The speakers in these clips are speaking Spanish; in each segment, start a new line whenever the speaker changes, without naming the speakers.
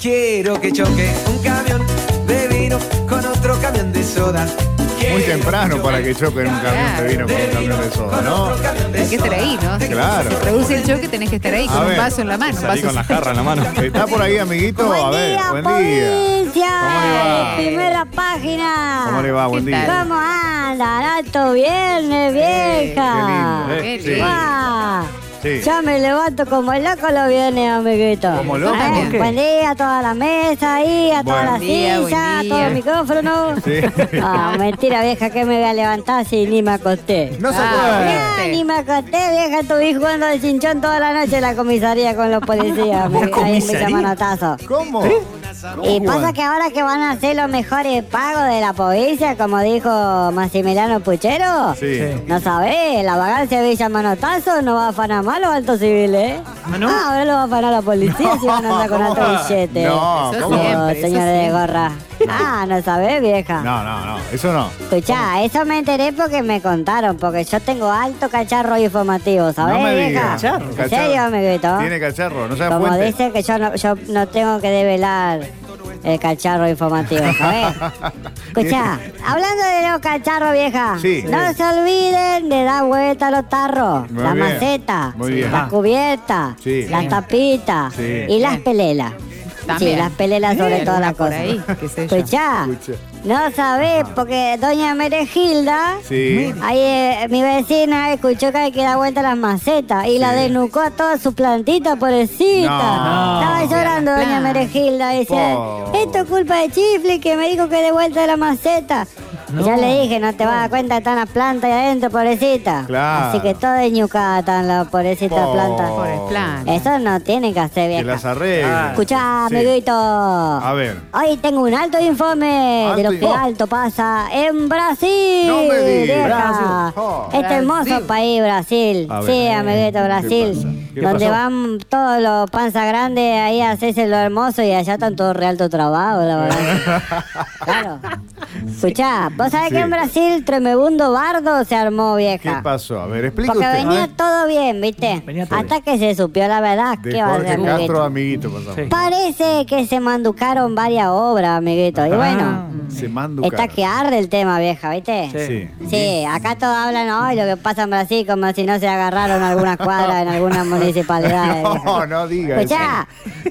Quiero que choque un camión de vino con otro camión de soda.
Muy temprano para que choquen un camión de vino con un camión de soda, ¿no?
Hay
Hay que estar ahí, ¿no?
Claro.
Si produce el choque, tenés que estar ahí
A
con un
ver,
vaso en la mano. un
Salí
vaso
con la jarra en la mano.
¿Está por ahí, amiguito? A ver, buen día. ¿Cómo le va?
provincia. Primera página.
¿Cómo le va? Buen
¿Qué tal?
día.
¿Cómo andan? Alto viernes, vieja.
Qué lindo,
Qué
eh. Sí,
lindo.
Ah,
Sí.
Ya me levanto como el loco los viernes, amiguito.
¿Como loco?
Eh,
¿Por qué?
Buen día a toda la mesa ahí, a toda
Buen
la
día, buen
silla, a todo
día.
el micrófono.
Sí.
Ah, mentira, vieja, que me voy a levantar si ni me acosté.
No se
Ah,
acuerda.
bien.
Ah, Ni me acosté, vieja, estuve jugando al cinchón toda la noche en la comisaría con los policías. amiguito, Ahí me llaman atazo.
¿Cómo?
¿Eh?
Y
¿Cómo
pasa
juegan?
que ahora que van a hacer los mejores pagos de la provincia, como dijo Massimiliano Puchero,
Sí.
no sabés, la vagancia de Villa Manotazo no va a afanar más los altos civiles, ¿eh? Ah, ahora lo va a afanar la policía si van a andar con
No,
alto billete.
No,
Eso
¿cómo?
siempre.
Oh, señores de gorra. Ah, no sabés, vieja.
No, no, no. Eso no.
Escuchá, eso me enteré porque me contaron, porque yo tengo alto cacharro informativo, ¿sabés,
no me
vieja?
digas.
¿En serio, amiguito?
Tiene cacharro, no sea
Como
fuente.
dice que yo no, yo no tengo que develar el cacharro informativo, ¿sabes? Escuchá, hablando de los cacharros, vieja,
Sí.
no se olviden de dar vuelta a los tarros,
Muy
la
bien.
maceta,
Muy bien.
la cubierta,
Sí.
las tapitas
Sí.
y las pelelas.
También.
Sí, las pelelas sobre
Alguna
todas las
por
cosas.
ahí, qué sé yo.
Escuchá,
Escucha.
no sabés porque doña Merejilda...
Sí.
Ahí eh, mi vecina escuchó que hay que dar vuelta a las macetas y la desnucó a todas sus plantitas, pobrecita.
No.
Estaba llorando doña
Claro.
Merejilda. Dice,
Po.
esto es culpa de Chifli que me dijo que dé vuelta a las macetas. Y Ya le dije, no te vas a dar cuenta que están las plantas ahí adentro, pobrecita.
Claro.
Así que todo desnucada están las pobrecitas
Po.
plantas.
Por el plan.
Eso no tiene que hacer
Que
vieja.
las arregle.
Escuchá,
Sí.
amiguito.
A ver.
Hoy tengo un alto informe
Alto
de lo que
informe.
alto pasa en Brasil.
No me digas.
vieja.
Brasil. Oh.
Este hermoso país, Brasil.
A ver.
Sí, amiguito, Brasil.
¿Qué
Donde
pasó?
van todos los panzas grandes ahí a hacerse lo hermoso y allá están todos re alto trabajo, la verdad. claro. Escuchá, vos sabés
Sí.
que en Brasil tremebundo bardo se armó,
¿Qué
vieja.
pasó? A ver, explique
Porque
usted.
venía todo bien, ¿viste?
Venía todo
Hasta que se supió la verdad.
De
¿Qué va a hacer,
Jorge Castro,
amiguito?
amiguito, pasamos.
Sí.
Parece que se manducaron varias obras, amiguito.
Ah.
Y bueno,
Se manda un
está
cara.
que arde el tema, vieja, ¿viste?
Sí.
Sí, acá todos hablan hoy lo que pasa en Brasil como si no se agarraron algunas cuadras en algunas municipalidades.
No, no diga eso.
Escuchá,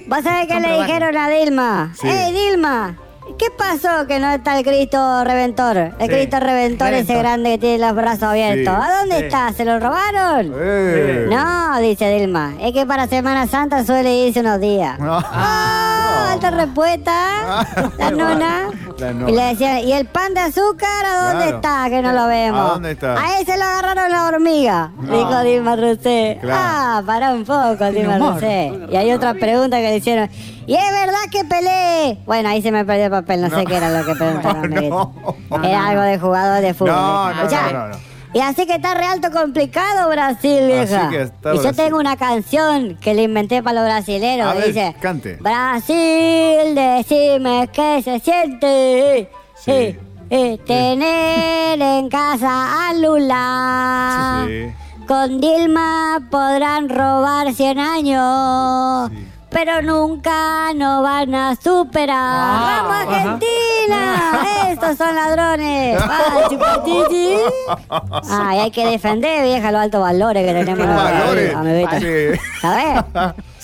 ¿vos sabés qué le dijeron a Dilma?
Sí.
¡Ey, Dilma! ¿Qué pasó que no está el Cristo Reventor? El Cristo Reventor, ese
Reventor.
grande que tiene los brazos abiertos.
Sí.
¿A dónde está? ¿Se lo robaron?
Eh.
No, dice Dilma. Es que para Semana Santa suele irse unos días.
No.
Ah, alta respuesta. La nona.
Ah. La nona.
Y le decían, ¿y el pan de azúcar a dónde
Claro.
está? Que no lo vemos.
¿A dónde está? Ah.
A ese lo agarraron la hormiga, dijo Dilma Rousseff.
Claro.
Ah, pará un poco, Dilma Rousseff. Y hay otra pregunta que le hicieron. ¿Y es verdad que peleé? Bueno, ahí se me perdió el papel, no, sé qué era lo que preguntaron.
No,
amiguito.
no.
Era algo de jugador de fútbol.
No, no,
Escuchá,
no, no, no.
Y así que está re alto complicado Brasil, vieja.
que está
y yo
Brasil.
tengo una canción que le inventé para los brasileros.
A
que
ver,
dice,
cante.
Brasil, decime qué se siente.
Sí.
Eh, eh, tener en casa a Lula.
Sí,
Con Dilma podrán robar 100 años.
Sí.
Pero nunca no van a superar.
Ah,
¡Vamos, Argentina! ¡Estos son ladrones! ¡Vamos, chupatichi! Ay, hay que defender, vieja, los altos valores que tenemos.
Los valores.
amiguita.
Sí.
¿Sabés?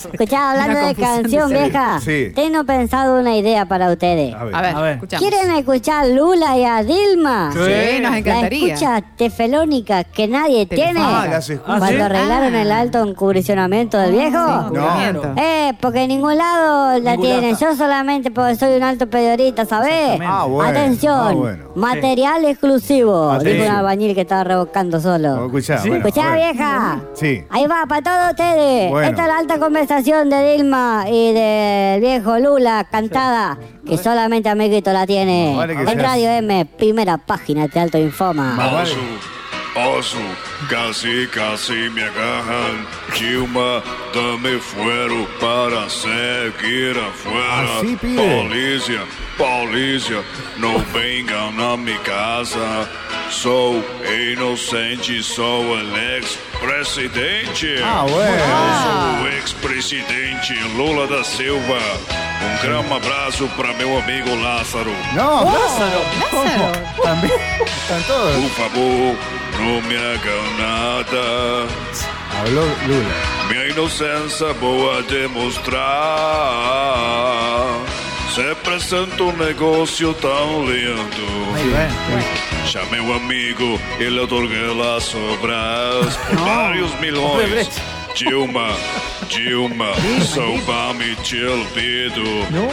Escuchá, hablando de canción, vieja.
Sí.
Tengo pensado una idea para ustedes.
A ver.
A ver,
A ver.
escuchamos.
¿Quieren escuchar a Lula y a Dilma?
Sí, nos encantaría.
La escucha tefelónica que nadie tiene.
Telefónica.
Ah, las escuchas.
Ah, ¿sí?
Cuando arreglaron
Ah.
el alto encubrecionamiento del viejo.
No.
Descubrimiento.
Eh, porque en ningún lado la
Ningún lado
tienen.
está.
Yo solamente porque soy un alto periodista, ¿sabés?
Exactamente.
Ah, bueno.
Atención,
Ah, bueno.
material exclusivo.
Ah, sí.
Dijo un albañil que estaba rebuscando solo.
Escuchá,
Sí.
bueno,
Escuchá,
a ver.
vieja.
Sí.
Ahí va, para todos ustedes.
Bueno.
Esta es la alta conversación de Dilma y del viejo Lula cantada, que solamente Amiguito la tiene.
Vale que
en
seas-
Radio M, primera página de Alto Infoma.
Ah, vale.
Osu, osu, casi, casi me agarran. Dilma, dame fuero para seguir afuera.
Así pide.
Policía, policía, no vengan a mi casa. Sou inocente, sou el ex-presidente.
Ah, bueno.
O ex-presidente Lula da Silva. Um grande abraço para meu amigo Lázaro.
No,
Lázaro.
Lázaro.
también. Están todos.
Por Um favor, não me hagan nada.
Habló Lula.
Minha inocência vou a demonstrar. Se apresenta um negócio tão lindo.
Ahí va, eh.
Chamei o amigo e lhe otorguei as obras por vários milhões. Dilma, Dilma, salva-me te olvido.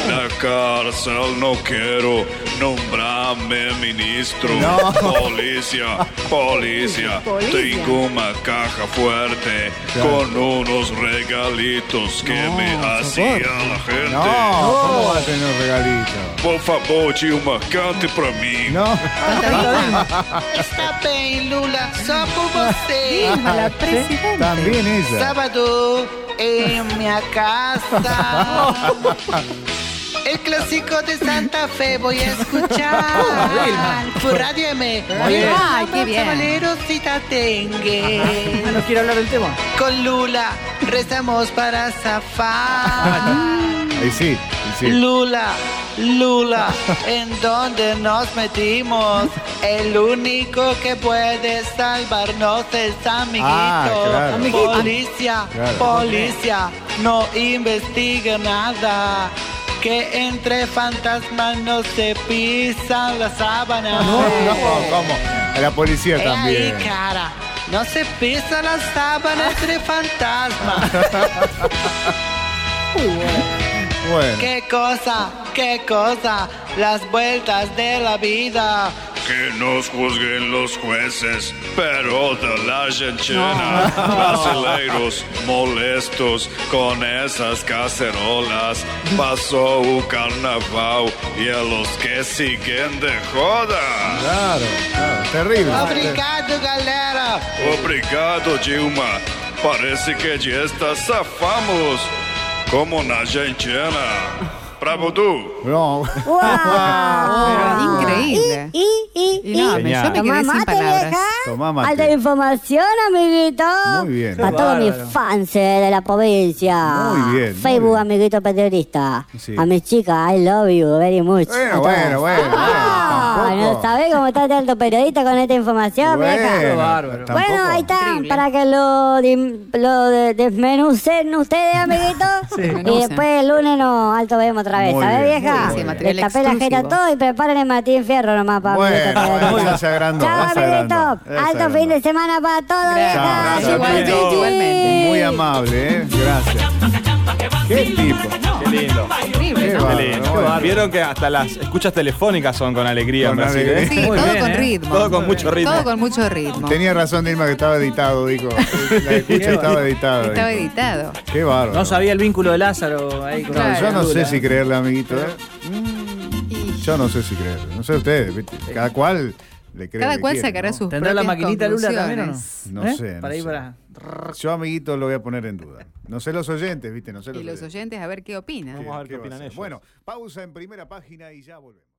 Na cárcel não quero nombrar-me ministro.
No.
Polícia, polícia, tenho uma caja forte com uns regalitos que me hacía la gente.
No, ¿cómo va a tener un regalito?
Por favor, Dilma, cante pra mim.
No,
Está bem, Lula, só por você.
Dilma,
Eh,
la presidenta.
también ella.
Sábado em minha casa. El clásico de Santa Fe voy a escuchar por Radio M.
bien. Ay, qué bien.
Sabalero, si tatengue.
no quiere hablar del tema.
Con Lula rezamos para zafar.
Ahí sí, ahí sí.
Lula, Lula, en donde nos metimos, el único que puede salvarnos es amiguito.
Ah, claro. Ah,
Amiguito.
Policía,
Claro.
policía, no investigue nada. Que entre fantasmas no se pisan las sábanas.
No, no, ¿cómo? A la policía
Eh, ahí,
también.
cara. No se pisa la sábana entre fantasmas.
Bueno,
qué cosa, qué cosa, las vueltas de la vida.
Que nos juzguen los jueces, pero de la Argentina. Brasileiros molestos con esas cacerolas. Pasó un carnaval y a los que siguen de joda.
claro, claro, terrible.
Obrigado, galera.
Obrigado, Dilma. Parece que de esta zafamos. Como na Argentina. Bravo tú.
No,
¡Guau!
Increíble.
Y, y, y,
Y no,
y.
me- yo me
Tomá
quedé sin
mate,
palabras.
vieja.
Tomá mate.
Alta información, amiguito.
Muy bien.
Para
Qué
todos mis
bárbaro.
fans eh, de la provincia.
Muy bien, muy
Facebook,
bien.
amiguito petrolista.
Sí.
A mis chicas, I love you very much.
Bueno,
A todas.
bueno, bueno, bueno,
Ah,
tampoco.
no sabés cómo está de alto periodista con esta información, vieja.
bueno,
bárbaro.
tampoco.
Bueno, ahí está,
Increíble.
para que lo, dim- lo de- desmenucen ustedes, amiguitos. Y
Desmenucen.
después el lunes nos alto vemos otra vez,
Muy
¿sabes,
bien,
vieja?
muy bien.
Le
Material
tapé la jeta a
exclusivo.
todo y preparen el Martín Fierro nomás para
Bueno, bueno,
amiguitos.
ya se agrandó,
Chao,
ya se
amiguitos.
agrandó, ya se
Alto
agrandó.
fin de semana para todos, vieja.
Gracias,
Igualmente,
Pito.
igualmente.
Muy amable, ¿eh? Gracias. Qué tipo.
Qué lindo.
Qué
Increíble, ¿no?
Qué
bárbaro,
lindo.
bueno.
Vieron que hasta las escuchas telefónicas son con alegría
Con
en Brasil,
alegría.
¿eh?
Sí,
Muy
todo
bien,
con
¿eh?
ritmo.
Todo con mucho ritmo.
Todo con mucho ritmo.
Tenía razón Dilma que estaba editado, dijo. La escucha estaba editada.
Estaba
dijo.
editado.
Qué bárbaro.
No sabía el vínculo de Lázaro ahí con
Claro.
Yo no sé
Lula.
si creerle, amiguito. ¿eh?
Y
Yo no sé si creerle. No sé ustedes. ¿viste? Cada cual le cree.
cada
lo
cual
que quiere,
sacará
¿no?
sus
¿Tendrá la
propias
maquinita Lula también o no?
conclusiones.
No
¿Eh?
sé, no
Para ir
sé.
para.
Yo, amiguito, lo voy a poner en duda. No sé los oyentes, ¿viste? No sé los,
Y los oyentes a ver qué opinan.
¿Qué-
Vamos a ver qué
va a
opinan
ser?
ellos.
Bueno, pausa en primera página y ya volvemos.